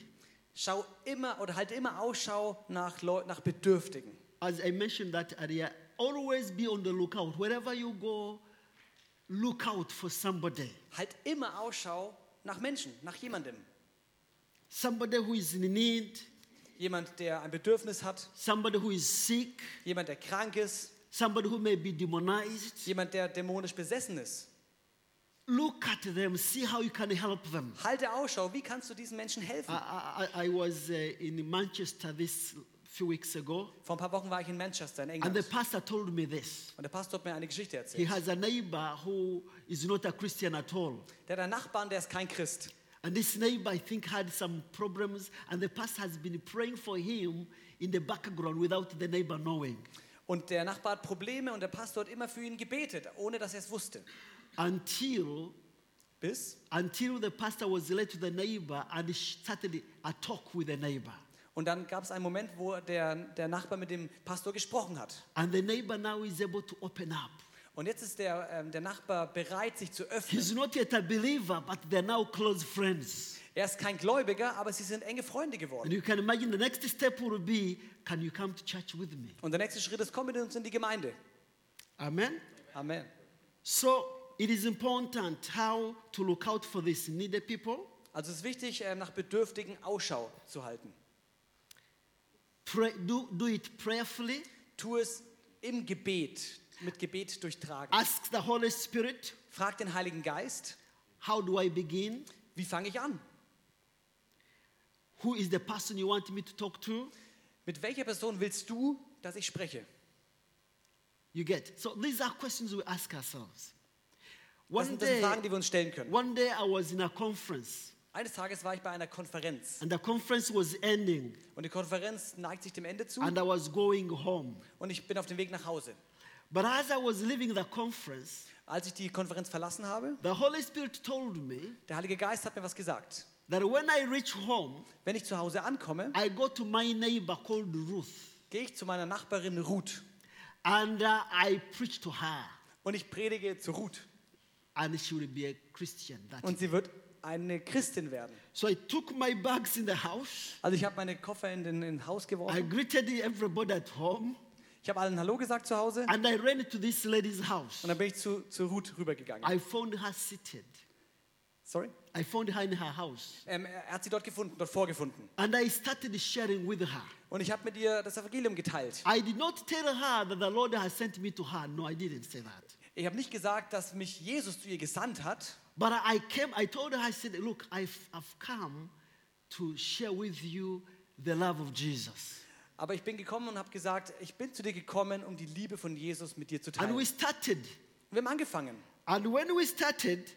Speaker 2: schau immer oder halt immer Ausschau nach, Leu nach Bedürftigen.
Speaker 3: As I mentioned that earlier, always be on the lookout. Wherever you go, look out for somebody.
Speaker 2: Halt immer Ausschau nach Menschen, nach jemandem.
Speaker 3: Somebody who is in need,
Speaker 2: Jemand, der ein Bedürfnis hat,
Speaker 3: somebody who is sick,
Speaker 2: jemand, der krank ist,
Speaker 3: somebody who may be demonized.
Speaker 2: jemand, der dämonisch besessen ist.
Speaker 3: Look at them, see how you can help them.
Speaker 2: Halte Ausschau, wie kannst du diesen Menschen helfen?
Speaker 3: I, I, I- I was uh, in Manchester this few weeks ago,
Speaker 2: Vor ein paar Wochen war ich in Manchester, in
Speaker 3: and the
Speaker 2: England.
Speaker 3: pastor told me this.
Speaker 2: Und der Pastor hat mir eine Geschichte
Speaker 3: He
Speaker 2: erzählt.
Speaker 3: has a neighbor who is not a Christian at all.
Speaker 2: Der hat einen Nachbarn, der ist kein Christ.
Speaker 3: And this neighbor, I think, had some problems, and the pastor has been praying for him in the background without the neighbor knowing.
Speaker 2: Und der Nachbar hat Probleme und der Pastor hat immer für ihn gebetet, ohne dass er es wusste.
Speaker 3: Until,
Speaker 2: Bis?
Speaker 3: until the pastor was led to the neighbor and started a talk with the neighbor.
Speaker 2: Und dann gab es einen Moment, wo der, der Nachbar mit dem Pastor gesprochen hat.
Speaker 3: And the neighbor now is able to open up.
Speaker 2: Und jetzt ist der, ähm, der Nachbar bereit, sich zu öffnen.
Speaker 3: He's not yet a believer, but they're now close friends.
Speaker 2: Er ist kein Gläubiger, aber sie sind enge Freunde
Speaker 3: And
Speaker 2: geworden.
Speaker 3: you can imagine the next step will be can you come to church with me?
Speaker 2: Und der nächste Schritt ist, komm mit uns in die Gemeinde.
Speaker 3: Amen?
Speaker 2: Amen.
Speaker 3: So it is important how to look out for these needy people,
Speaker 2: Also es ist wichtig, ähm, nach Bedürftigen Ausschau zu halten.
Speaker 3: pray, do, do it prayerfully,
Speaker 2: Tu es im Gebet, mit Gebet durchtragen.
Speaker 3: ask the Holy Spirit,
Speaker 2: Frag den Heiligen Geist,
Speaker 3: how do I begin?
Speaker 2: wie fange ich an?
Speaker 3: Who is the person you want me to talk to?
Speaker 2: Mit welcher Person willst du, dass ich spreche?
Speaker 3: You get. So these are questions we ask ourselves.
Speaker 2: Das
Speaker 3: One
Speaker 2: sind, das
Speaker 3: day,
Speaker 2: sind Fragen, die wir uns stellen können.
Speaker 3: one day I was in a conference,
Speaker 2: Eines Tages war ich bei einer Konferenz
Speaker 3: and the conference was ending,
Speaker 2: und die Konferenz neigt sich dem Ende zu
Speaker 3: and I was going home.
Speaker 2: und ich bin auf dem Weg nach Hause.
Speaker 3: But as I was leaving the conference,
Speaker 2: Als ich die Konferenz verlassen habe,
Speaker 3: The Holy Spirit told me
Speaker 2: der Heilige Geist hat mir was gesagt.
Speaker 3: that when I reach home,
Speaker 2: Wenn ich zu Hause ankomme,
Speaker 3: I go to my neighbor called Ruth
Speaker 2: gehe ich zu meiner Nachbarin Ruth
Speaker 3: and uh, I preach to her,
Speaker 2: und ich predige zu Ruth
Speaker 3: and she will be a Christian. That
Speaker 2: und sie wird eine Christin werden.
Speaker 3: so I took my bags in the house.
Speaker 2: Also ich habe meine Koffer in den in Haus
Speaker 3: I
Speaker 2: geworfen.
Speaker 3: greeted everybody at home,
Speaker 2: Ich habe allen Hallo gesagt zu Hause
Speaker 3: and I ran to this lady's house.
Speaker 2: und dann bin ich zu, zu Ruth rübergegangen.
Speaker 3: I found her seated.
Speaker 2: Sorry?
Speaker 3: I found her in her house,
Speaker 2: Ähm, er hat sie dort gefunden, dort vorgefunden.
Speaker 3: and I started sharing with her.
Speaker 2: Und ich habe mit ihr das Evangelium geteilt.
Speaker 3: I did not tell her that the Lord has sent me to her. No, I didn't say that.
Speaker 2: Ich habe nicht gesagt, dass mich Jesus zu ihr gesandt hat,
Speaker 3: But I came, I told her, I said, Look, I've, I've come to share with you the love of Jesus.
Speaker 2: aber ich bin gekommen und habe gesagt, ich bin zu dir gekommen, um die Liebe von Jesus mit dir zu teilen.
Speaker 3: And we
Speaker 2: Und
Speaker 3: started.
Speaker 2: wir haben angefangen.
Speaker 3: And when we started,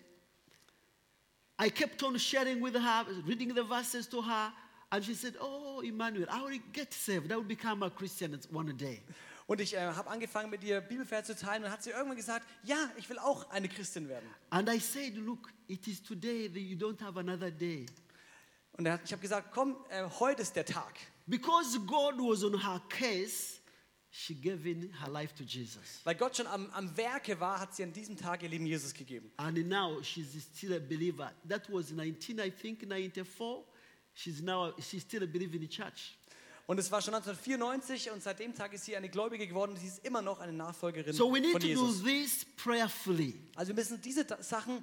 Speaker 3: I kept on sharing with her, reading the verses to her. And she said, Oh, Emmanuel, I will get saved. I will become a Christian one day.
Speaker 2: Und ich äh, habe angefangen, mit ihr Bibelverse zu teilen und hat sie irgendwann gesagt, ja, ich will auch eine Christin werden.
Speaker 3: And I said, Look, it is today that you don't have another day.
Speaker 2: Und er hat, ich habe gesagt, komm, äh, heute ist der Tag.
Speaker 3: Because God was on her case, she gave in her life to Jesus.
Speaker 2: Weil Gott schon am, am Werke war, hat sie an diesem Tag ihr Leben Jesus gegeben.
Speaker 3: And now she's still a believer. That was 19, I think, 94. She's now, she's still a believer in the church.
Speaker 2: Und es war schon 1994 und seit dem Tag ist sie eine Gläubige geworden und sie ist immer noch eine Nachfolgerin
Speaker 3: So we need
Speaker 2: von
Speaker 3: to do
Speaker 2: Jesus.
Speaker 3: this prayerfully,
Speaker 2: Also wir müssen diese Ta- Sachen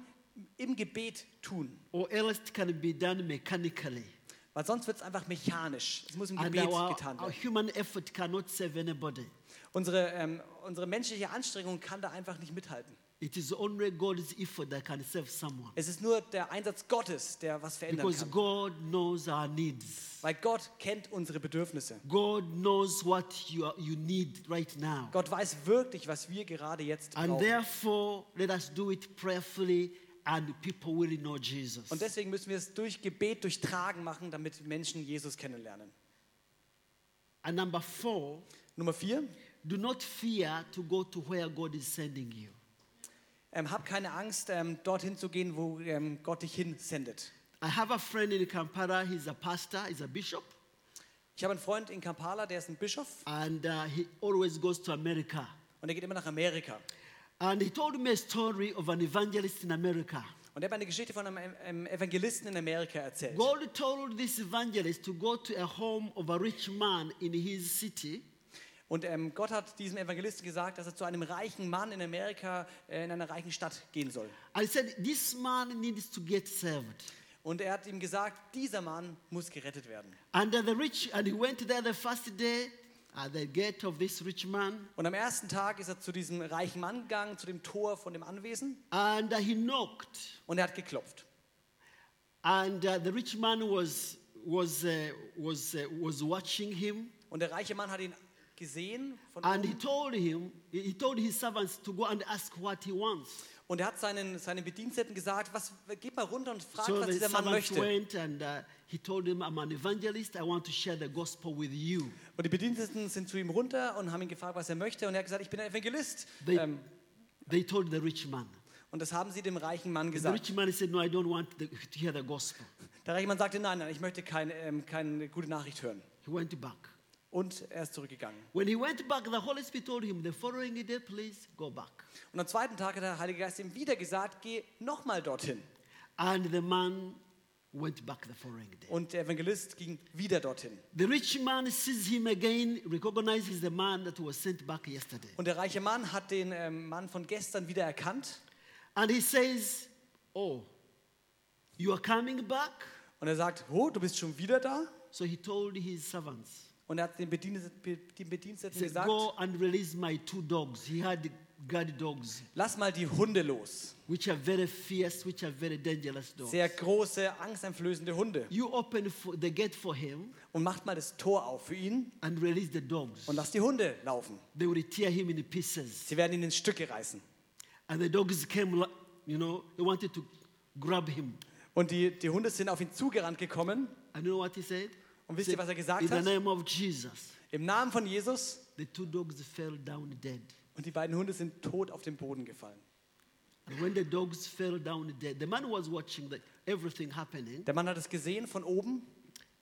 Speaker 2: im Gebet tun,
Speaker 3: or else it can be done mechanically.
Speaker 2: weil sonst wird es einfach mechanisch. Es muss im
Speaker 3: And
Speaker 2: Gebet
Speaker 3: our,
Speaker 2: getan
Speaker 3: our
Speaker 2: werden.
Speaker 3: human effort cannot save anybody.
Speaker 2: Unsere, ähm, unsere menschliche Anstrengung kann da einfach nicht mithalten.
Speaker 3: It is only God's effort that can save someone.
Speaker 2: Es ist nur der Einsatz Gottes, der was verändern
Speaker 3: Because
Speaker 2: kann.
Speaker 3: God knows our needs.
Speaker 2: Weil Gott kennt unsere Bedürfnisse.
Speaker 3: God knows what you, are, you need right now.
Speaker 2: Gott weiß wirklich, was wir gerade jetzt
Speaker 3: And
Speaker 2: brauchen.
Speaker 3: therefore, let us do it prayerfully, and people will know Jesus.
Speaker 2: Und deswegen müssen wir es durch Gebet, durch Tragen machen, damit Menschen Jesus kennenlernen.
Speaker 3: And number four,
Speaker 2: Nummer vier,
Speaker 3: do not fear to go to where God is sending you.
Speaker 2: ähm, hab keine Angst, ähm, dorthin zu gehen, wo ähm, Gott dich hinsendet.
Speaker 3: I have a friend in Kampala, he's a pastor, he's a bishop,
Speaker 2: Ich habe einen Freund in Kampala, der ist ein Bischof
Speaker 3: and uh, he always goes to America.
Speaker 2: und er geht immer nach Amerika.
Speaker 3: And he told me a story of an evangelist in America.
Speaker 2: Und er hat mir eine Geschichte von einem ähm, Evangelisten in Amerika erzählt.
Speaker 3: God told this evangelist to go to a home of a rich man in his city
Speaker 2: Und ähm, Gott hat diesem Evangelisten gesagt, dass er zu einem reichen Mann in Amerika, äh, in einer reichen Stadt gehen soll.
Speaker 3: I said, This man needs to get saved.
Speaker 2: Und er hat ihm gesagt, dieser Mann muss gerettet werden.
Speaker 3: And uh, the rich, and he went there the first day at the gate of this rich man,
Speaker 2: Und am ersten Tag ist er zu diesem reichen Mann gegangen, zu dem Tor von dem Anwesen,
Speaker 3: and uh, he knocked.
Speaker 2: und er hat geklopft.
Speaker 3: And uh, the rich man was, was, uh, was, uh, was watching him,
Speaker 2: Und der reiche Mann hat ihn gesehen von
Speaker 3: and
Speaker 2: oben.
Speaker 3: he told him, he he told his servants to go and ask what he wants.
Speaker 2: und er hat seinen, seinen Bediensteten gesagt, was, geht mal runter und fragt,
Speaker 3: So
Speaker 2: was
Speaker 3: the
Speaker 2: dieser Mann
Speaker 3: servants
Speaker 2: möchte.
Speaker 3: went and uh, he told him, I'm an evangelist, I want to share the gospel with you.
Speaker 2: Und die Bediensteten sind zu ihm runter und haben ihn gefragt, was er möchte. Und er hat gesagt, ich bin ein Evangelist.
Speaker 3: They,
Speaker 2: Ähm,
Speaker 3: they told the rich man.
Speaker 2: und das haben sie dem reichen Mann
Speaker 3: The
Speaker 2: gesagt.
Speaker 3: rich man said, No, I don't want the, to hear the gospel.
Speaker 2: Der reiche Mann sagte, nein, nein, ich möchte keine, ähm, keine gute Nachricht hören.
Speaker 3: He went back.
Speaker 2: Und er ist zurückgegangen.
Speaker 3: When he went back, the Holy Spirit told him, The following day, please go back.
Speaker 2: Und am zweiten Tag hat der Heilige Geist ihm wieder gesagt, geh nochmal dorthin.
Speaker 3: And the man went back the following day.
Speaker 2: Und der Evangelist ging wieder dorthin.
Speaker 3: The rich man sees him again, recognizes the man that was sent back yesterday.
Speaker 2: Und der reiche Mann hat den ähm, Mann von gestern wieder erkannt.
Speaker 3: And he says, Oh, you are coming back?
Speaker 2: Und er sagt, oh, du bist schon wieder da?
Speaker 3: So he told his servants,
Speaker 2: Und er hat den Bediensteten, Be- den Bediensteten
Speaker 3: He said,
Speaker 2: gesagt,
Speaker 3: Go and release my two dogs. He had guard dogs,
Speaker 2: lass mal die Hunde los.
Speaker 3: which are very fierce, which are very dangerous dogs.
Speaker 2: Sehr große, angsteinflößende Hunde.
Speaker 3: You open for, the gate for him
Speaker 2: Und macht mal das Tor auf für ihn
Speaker 3: and release the dogs.
Speaker 2: und lass die Hunde laufen.
Speaker 3: They will tear him in pieces.
Speaker 2: Sie werden ihn in Stücke reißen.
Speaker 3: And the dogs came, li- you know, they wanted to grab him.
Speaker 2: Und die, die Hunde sind auf ihn zugerannt gekommen.
Speaker 3: And you know what he said?
Speaker 2: Und
Speaker 3: He
Speaker 2: wisst ihr, was er gesagt
Speaker 3: In the
Speaker 2: hat?
Speaker 3: name of Jesus,
Speaker 2: Im Namen von Jesus.
Speaker 3: the two dogs fell down dead.
Speaker 2: Und die beiden Hunde sind tot auf den Boden gefallen.
Speaker 3: And when the dogs fell down dead, the man was watching the, everything happening.
Speaker 2: Der Mann hat es gesehen von oben.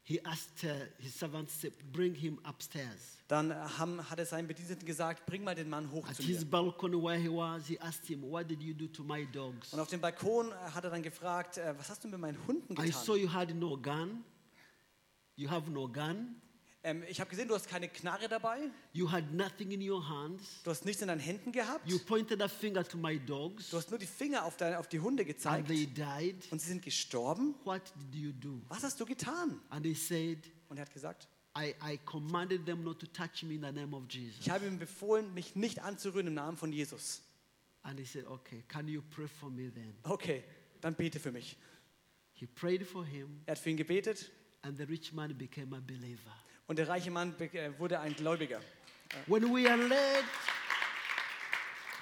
Speaker 3: He asked uh, his servants, say, bring him upstairs.
Speaker 2: Dann haben, hat er seinen Bediensteten gesagt, bring mal den Mann hoch
Speaker 3: At
Speaker 2: zu
Speaker 3: his
Speaker 2: mir.
Speaker 3: balcony where he was, he asked him, What did you do to my dogs?
Speaker 2: Und auf dem Balkon äh, hat er dann gefragt, äh, was hast du mit meinen Hunden
Speaker 3: I saw
Speaker 2: getan?
Speaker 3: you had no gun. You have no gun.
Speaker 2: Ähm, ich habe gesehen, du hast keine Knarre dabei,
Speaker 3: You had nothing in your hands.
Speaker 2: du hast nichts in deinen Händen gehabt,
Speaker 3: You
Speaker 2: du
Speaker 3: pointed a finger to my dogs
Speaker 2: hast nur die Finger auf, deine, auf die Hunde
Speaker 3: and
Speaker 2: gezeigt
Speaker 3: they died.
Speaker 2: und sie sind gestorben.
Speaker 3: What did you do?
Speaker 2: Was hast du getan?
Speaker 3: And he said,
Speaker 2: Und er hat gesagt,
Speaker 3: I, I commanded them not to touch me in the name of
Speaker 2: ich
Speaker 3: Jesus.
Speaker 2: habe ihm befohlen, mich nicht anzurühren im Namen von Jesus.
Speaker 3: And he said, Okay, can you pray for me then?
Speaker 2: Okay, dann bete für mich.
Speaker 3: He prayed for him,
Speaker 2: Er hat für ihn gebetet
Speaker 3: and the rich man became a believer.
Speaker 2: und der reiche Mann be- äh, wurde ein Gläubiger.
Speaker 3: When we are led,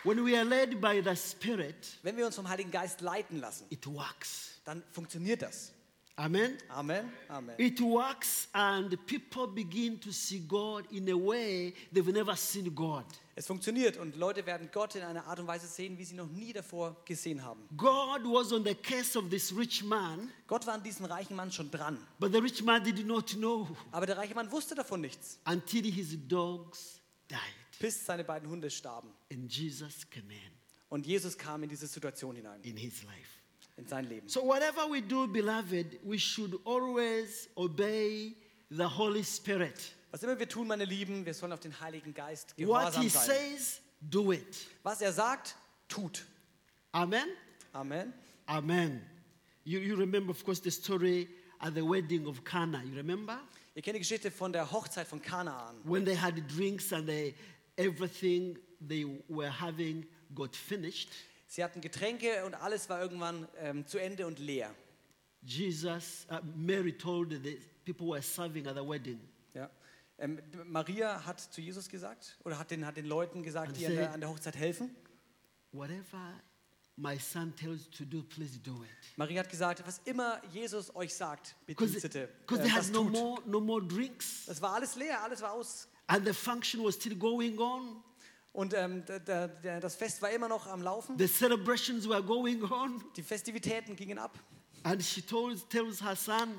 Speaker 3: when we are led by the Spirit,
Speaker 2: Wenn wir uns vom Heiligen Geist leiten lassen,
Speaker 3: it works.
Speaker 2: dann funktioniert das.
Speaker 3: Amen.
Speaker 2: Amen, Amen.
Speaker 3: It works, and people begin to see God in a way they've never seen God.
Speaker 2: Es funktioniert und Leute werden Gott in einer Art und Weise sehen, wie sie noch nie davor gesehen haben.
Speaker 3: God was on the case of this rich man,
Speaker 2: Gott war an diesem reichen Mann schon dran,
Speaker 3: but the rich man did not know
Speaker 2: aber der reiche Mann wusste davon nichts,
Speaker 3: until his dogs died.
Speaker 2: bis seine beiden Hunde starben.
Speaker 3: And Jesus came in
Speaker 2: Und Jesus kam in diese Situation hinein,
Speaker 3: in his life.
Speaker 2: in sein Leben.
Speaker 3: So, whatever we do, beloved, we should always obey the Holy Spirit.
Speaker 2: Was immer wir tun, meine Lieben, wir sollen auf den Heiligen Geist
Speaker 3: What
Speaker 2: gehorsam
Speaker 3: he
Speaker 2: sein.
Speaker 3: says, do it.
Speaker 2: Was er sagt, tut.
Speaker 3: Amen.
Speaker 2: Amen.
Speaker 3: Amen. You, you remember, of course, the story at the wedding of Cana. You remember?
Speaker 2: Ihr kennt die Geschichte von der Hochzeit von Kanaan,
Speaker 3: When they had drinks and they, everything they were having got finished,
Speaker 2: Sie hatten Getränke und alles war irgendwann ähm, zu Ende und leer.
Speaker 3: Jesus, uh, Mary told the people who were serving at the wedding,
Speaker 2: Ja. Ähm, Maria hat zu Jesus gesagt oder hat den, hat den Leuten gesagt, die an der, an der Hochzeit helfen.
Speaker 3: whatever my son tells you to do, please do it.
Speaker 2: Maria hat gesagt, was immer Jesus euch sagt,
Speaker 3: Because
Speaker 2: Bedienstete, äh,
Speaker 3: they
Speaker 2: das
Speaker 3: had no
Speaker 2: tut.
Speaker 3: more, no more drinks
Speaker 2: Das war alles leer, alles war aus.
Speaker 3: and the function was still going on.
Speaker 2: Und ähm, da, da, da, das Fest war immer noch am Laufen.
Speaker 3: The celebrations were going on.
Speaker 2: Die Festivitäten gingen ab.
Speaker 3: And she told, tells her son,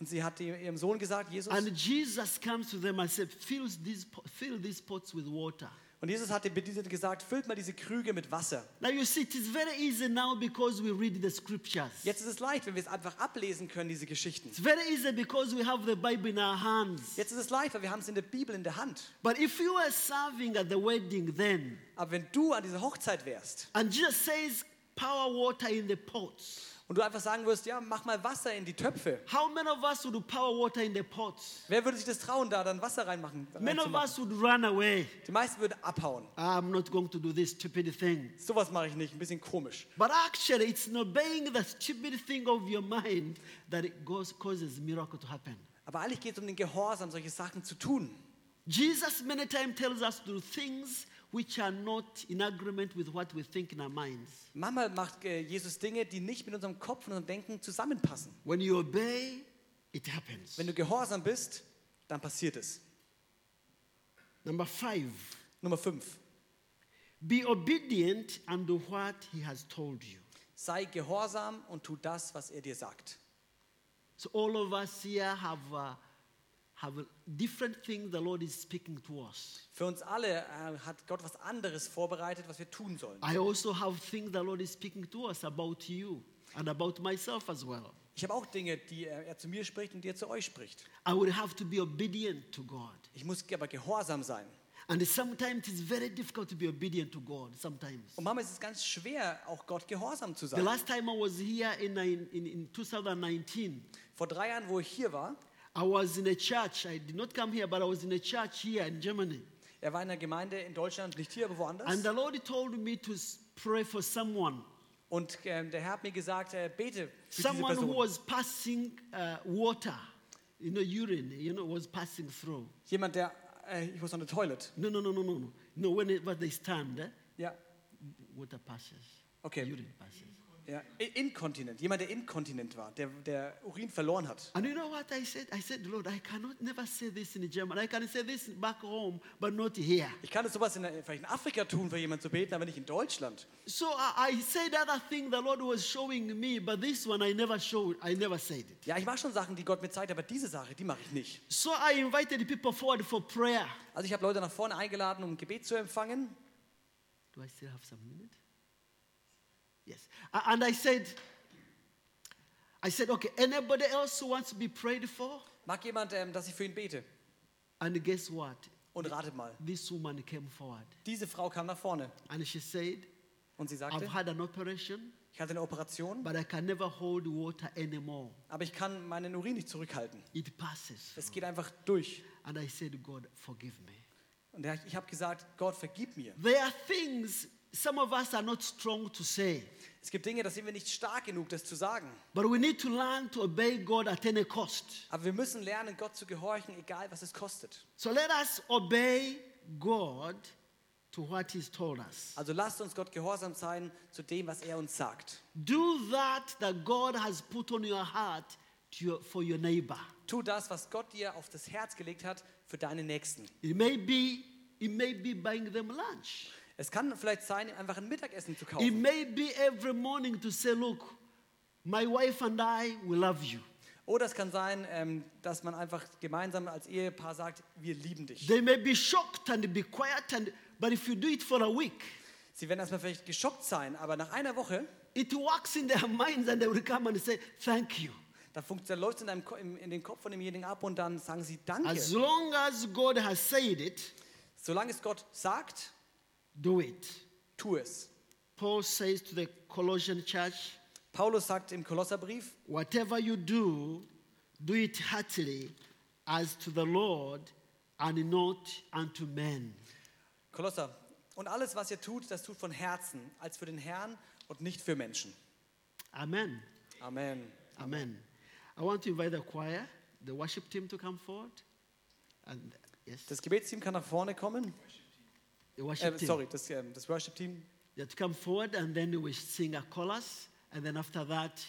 Speaker 2: Und sie hat ihr- ihrem Sohn gesagt, Jesus.
Speaker 3: And Jesus comes to them and said, fill these, po- fill these pots with water.
Speaker 2: Und Und Jesus hat den Bediensteten gesagt, füllt mal diese Krüge mit Wasser.
Speaker 3: Now you see, it is very easy now because we read the scriptures.
Speaker 2: Jetzt ist es leicht, wenn wir es einfach ablesen können, diese Geschichten.
Speaker 3: It's very easy because we have the Bible in our hands.
Speaker 2: Jetzt ist es leicht, weil wir haben es in der Bibel in der Hand.
Speaker 3: But if you were serving at the wedding then,
Speaker 2: Aber wenn du an dieser Hochzeit wärst
Speaker 3: and Jesus says, power water in the pots,
Speaker 2: und du einfach sagen würdest, ja, mach mal Wasser in die Töpfe.
Speaker 3: how many of us would power water in the pots?
Speaker 2: Wer würde sich das trauen, da dann Wasser reinmachen?
Speaker 3: Many of
Speaker 2: reinzumachen?
Speaker 3: us would run away.
Speaker 2: Die meisten würden abhauen.
Speaker 3: I'm not going to do this stupid thing.
Speaker 2: Sowas mache ich nicht, ein bisschen komisch.
Speaker 3: But actually, it's in obeying the stupid thing of your mind that it goes, causes miracle to happen.
Speaker 2: Aber eigentlich geht es um den Gehorsam, solche Sachen zu tun.
Speaker 3: Jesus many times tells us to do things which are not in agreement with what we think in our minds.
Speaker 2: Manchmal macht äh, Jesus Dinge, die nicht mit unserem Kopf und unserem Denken zusammenpassen.
Speaker 3: When you obey, it happens.
Speaker 2: Wenn du gehorsam bist, dann passiert es.
Speaker 3: Number five,
Speaker 2: Nummer 5.
Speaker 3: be obedient and do what he has told you.
Speaker 2: Sei gehorsam und tu das, was er dir sagt.
Speaker 3: So all of us here have, uh, have different things the Lord is speaking to us.
Speaker 2: Für uns alle äh, hat Gott was anderes vorbereitet, was wir tun sollen.
Speaker 3: I also have things the Lord is speaking to us about you and about myself as well.
Speaker 2: Ich habe auch Dinge, die er, er zu mir spricht und die er zu euch spricht.
Speaker 3: I will have to be obedient to God.
Speaker 2: Ich muss aber gehorsam sein.
Speaker 3: And sometimes it's very difficult to be obedient to God. Sometimes.
Speaker 2: Und manchmal ist es ganz schwer, auch Gott gehorsam zu
Speaker 3: The
Speaker 2: sein.
Speaker 3: last time I was here in, uh, in, in in 2019,
Speaker 2: Vor drei Jahren, wo ich hier war,
Speaker 3: I was in a church. I did not come here, but I was in a church here in Germany.
Speaker 2: er war in einer Gemeinde in Deutschland, nicht hier, aber
Speaker 3: And
Speaker 2: woanders.
Speaker 3: the Lord told me to s- pray for someone,
Speaker 2: Und ähm, der Herr hat mir gesagt, äh, bete für diese
Speaker 3: someone who
Speaker 2: Person.
Speaker 3: was passing uh, water, you know, urine, you know, was passing through.
Speaker 2: Jemand, der, äh, ich muss on the toilet.
Speaker 3: No, no, no, no, no, no. No, whenever they stand, eh,
Speaker 2: Ja,
Speaker 3: water passes.
Speaker 2: Okay.
Speaker 3: Urine passes.
Speaker 2: ja. I- Inkontinent, jemand, der inkontinent war, der, der Urin verloren hat.
Speaker 3: And you know what I said? I said, Lord, I cannot never say this in German. I can say this back home, but not here.
Speaker 2: Ich kann jetzt sowas in, vielleicht in Afrika tun, für jemanden zu beten, aber nicht in Deutschland.
Speaker 3: So I, I said other thing the Lord was showing me, but this one I never showed. I never said it.
Speaker 2: Ja, ich mache schon Sachen, die Gott mir zeigt, aber diese Sache, die mache ich nicht.
Speaker 3: So I invited people forward for prayer.
Speaker 2: Also ich habe Leute nach vorne eingeladen, um Gebet zu empfangen.
Speaker 3: Do I still have some minute? Yes. A- And I said, I said, okay, anybody else who wants to be prayed for?
Speaker 2: Mag jemand, ähm, dass ich für ihn bete?
Speaker 3: And guess what?
Speaker 2: Und ratet mal.
Speaker 3: This woman came forward
Speaker 2: Diese Frau kam nach vorne
Speaker 3: and she said,
Speaker 2: und sie
Speaker 3: I've
Speaker 2: sagte,
Speaker 3: had an operation,
Speaker 2: ich hatte eine Operation,
Speaker 3: but I can never hold water anymore.
Speaker 2: aber ich kann meinen Urin nicht zurückhalten.
Speaker 3: It passes.
Speaker 2: Es geht einfach durch.
Speaker 3: And I said, God, forgive me.
Speaker 2: Und der- ich habe gesagt, Gott, vergib mir.
Speaker 3: There are things some of us are not strong to say,
Speaker 2: Es gibt Dinge, da sind wir nicht stark genug, das zu sagen.
Speaker 3: but we need to learn to obey God at any cost.
Speaker 2: Aber wir müssen lernen, Gott zu gehorchen, egal was es kostet.
Speaker 3: So let us obey God to what He's told us.
Speaker 2: Also lasst uns Gott gehorsam sein zu dem, was er uns sagt.
Speaker 3: Do that that God has put on your heart to your, for your neighbor.
Speaker 2: Tu das, was Gott dir auf das Herz gelegt hat, für deine Nächsten.
Speaker 3: It may be, it may be buying them lunch.
Speaker 2: Es kann vielleicht sein, einfach ein Mittagessen zu
Speaker 3: It
Speaker 2: kaufen.
Speaker 3: may be every morning to say, look, my wife and I, we love you.
Speaker 2: Oder es kann sein, ähm, dass man einfach gemeinsam als Ehepaar sagt, wir lieben dich.
Speaker 3: They may be shocked and be quiet, and, but if you do it for a week,
Speaker 2: Sie werden erstmal vielleicht geschockt sein, aber nach einer Woche,
Speaker 3: it works in their minds and they will come and say, thank you.
Speaker 2: da, funkt- da läuft es in, deinem Ko- im- in den Kopf von demjenigen ab und dann sagen sie Danke.
Speaker 3: As long as God has said it,
Speaker 2: Solange es Gott sagt,
Speaker 3: do it.
Speaker 2: tu es.
Speaker 3: Paul says to the Colossian church,
Speaker 2: Paulus sagt im Kolosserbrief,
Speaker 3: whatever you do, do it heartily as to the Lord and not unto men.
Speaker 2: Kolosser, und alles, was ihr tut, das tut von Herzen, als für den Herrn und nicht für Menschen.
Speaker 3: Amen.
Speaker 2: Amen.
Speaker 3: Amen. I want to invite the choir, the worship team to come forward. And yes,
Speaker 2: Das Gebetsteam kann nach vorne kommen.
Speaker 3: the worship
Speaker 2: Äh,
Speaker 3: team.
Speaker 2: sorry, das, ähm, das Worship-Team.
Speaker 3: Yeah, to come forward and then we sing a chorus. And then after that,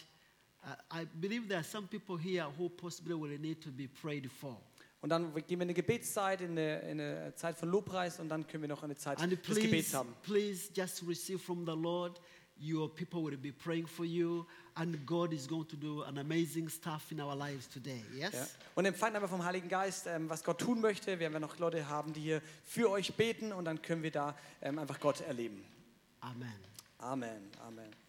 Speaker 3: uh, I believe there are some people here who possibly will need to be prayed for.
Speaker 2: Und dann gehen wir in eine Gebetszeit, in eine, in eine Zeit von Lobpreis und dann können wir noch eine Zeit
Speaker 3: And
Speaker 2: des Gebets
Speaker 3: please,
Speaker 2: haben.
Speaker 3: please just receive from the Lord your people will be praying for you, and God is going to do an amazing stuff in our lives today. Yes?
Speaker 2: Ja. Und empfangen aber vom Heiligen Geist, ähm, was Gott tun möchte. Werden wir noch Leute haben, die hier für euch beten und dann können wir da ähm, einfach Gott erleben.
Speaker 3: Amen.
Speaker 2: Amen. Amen.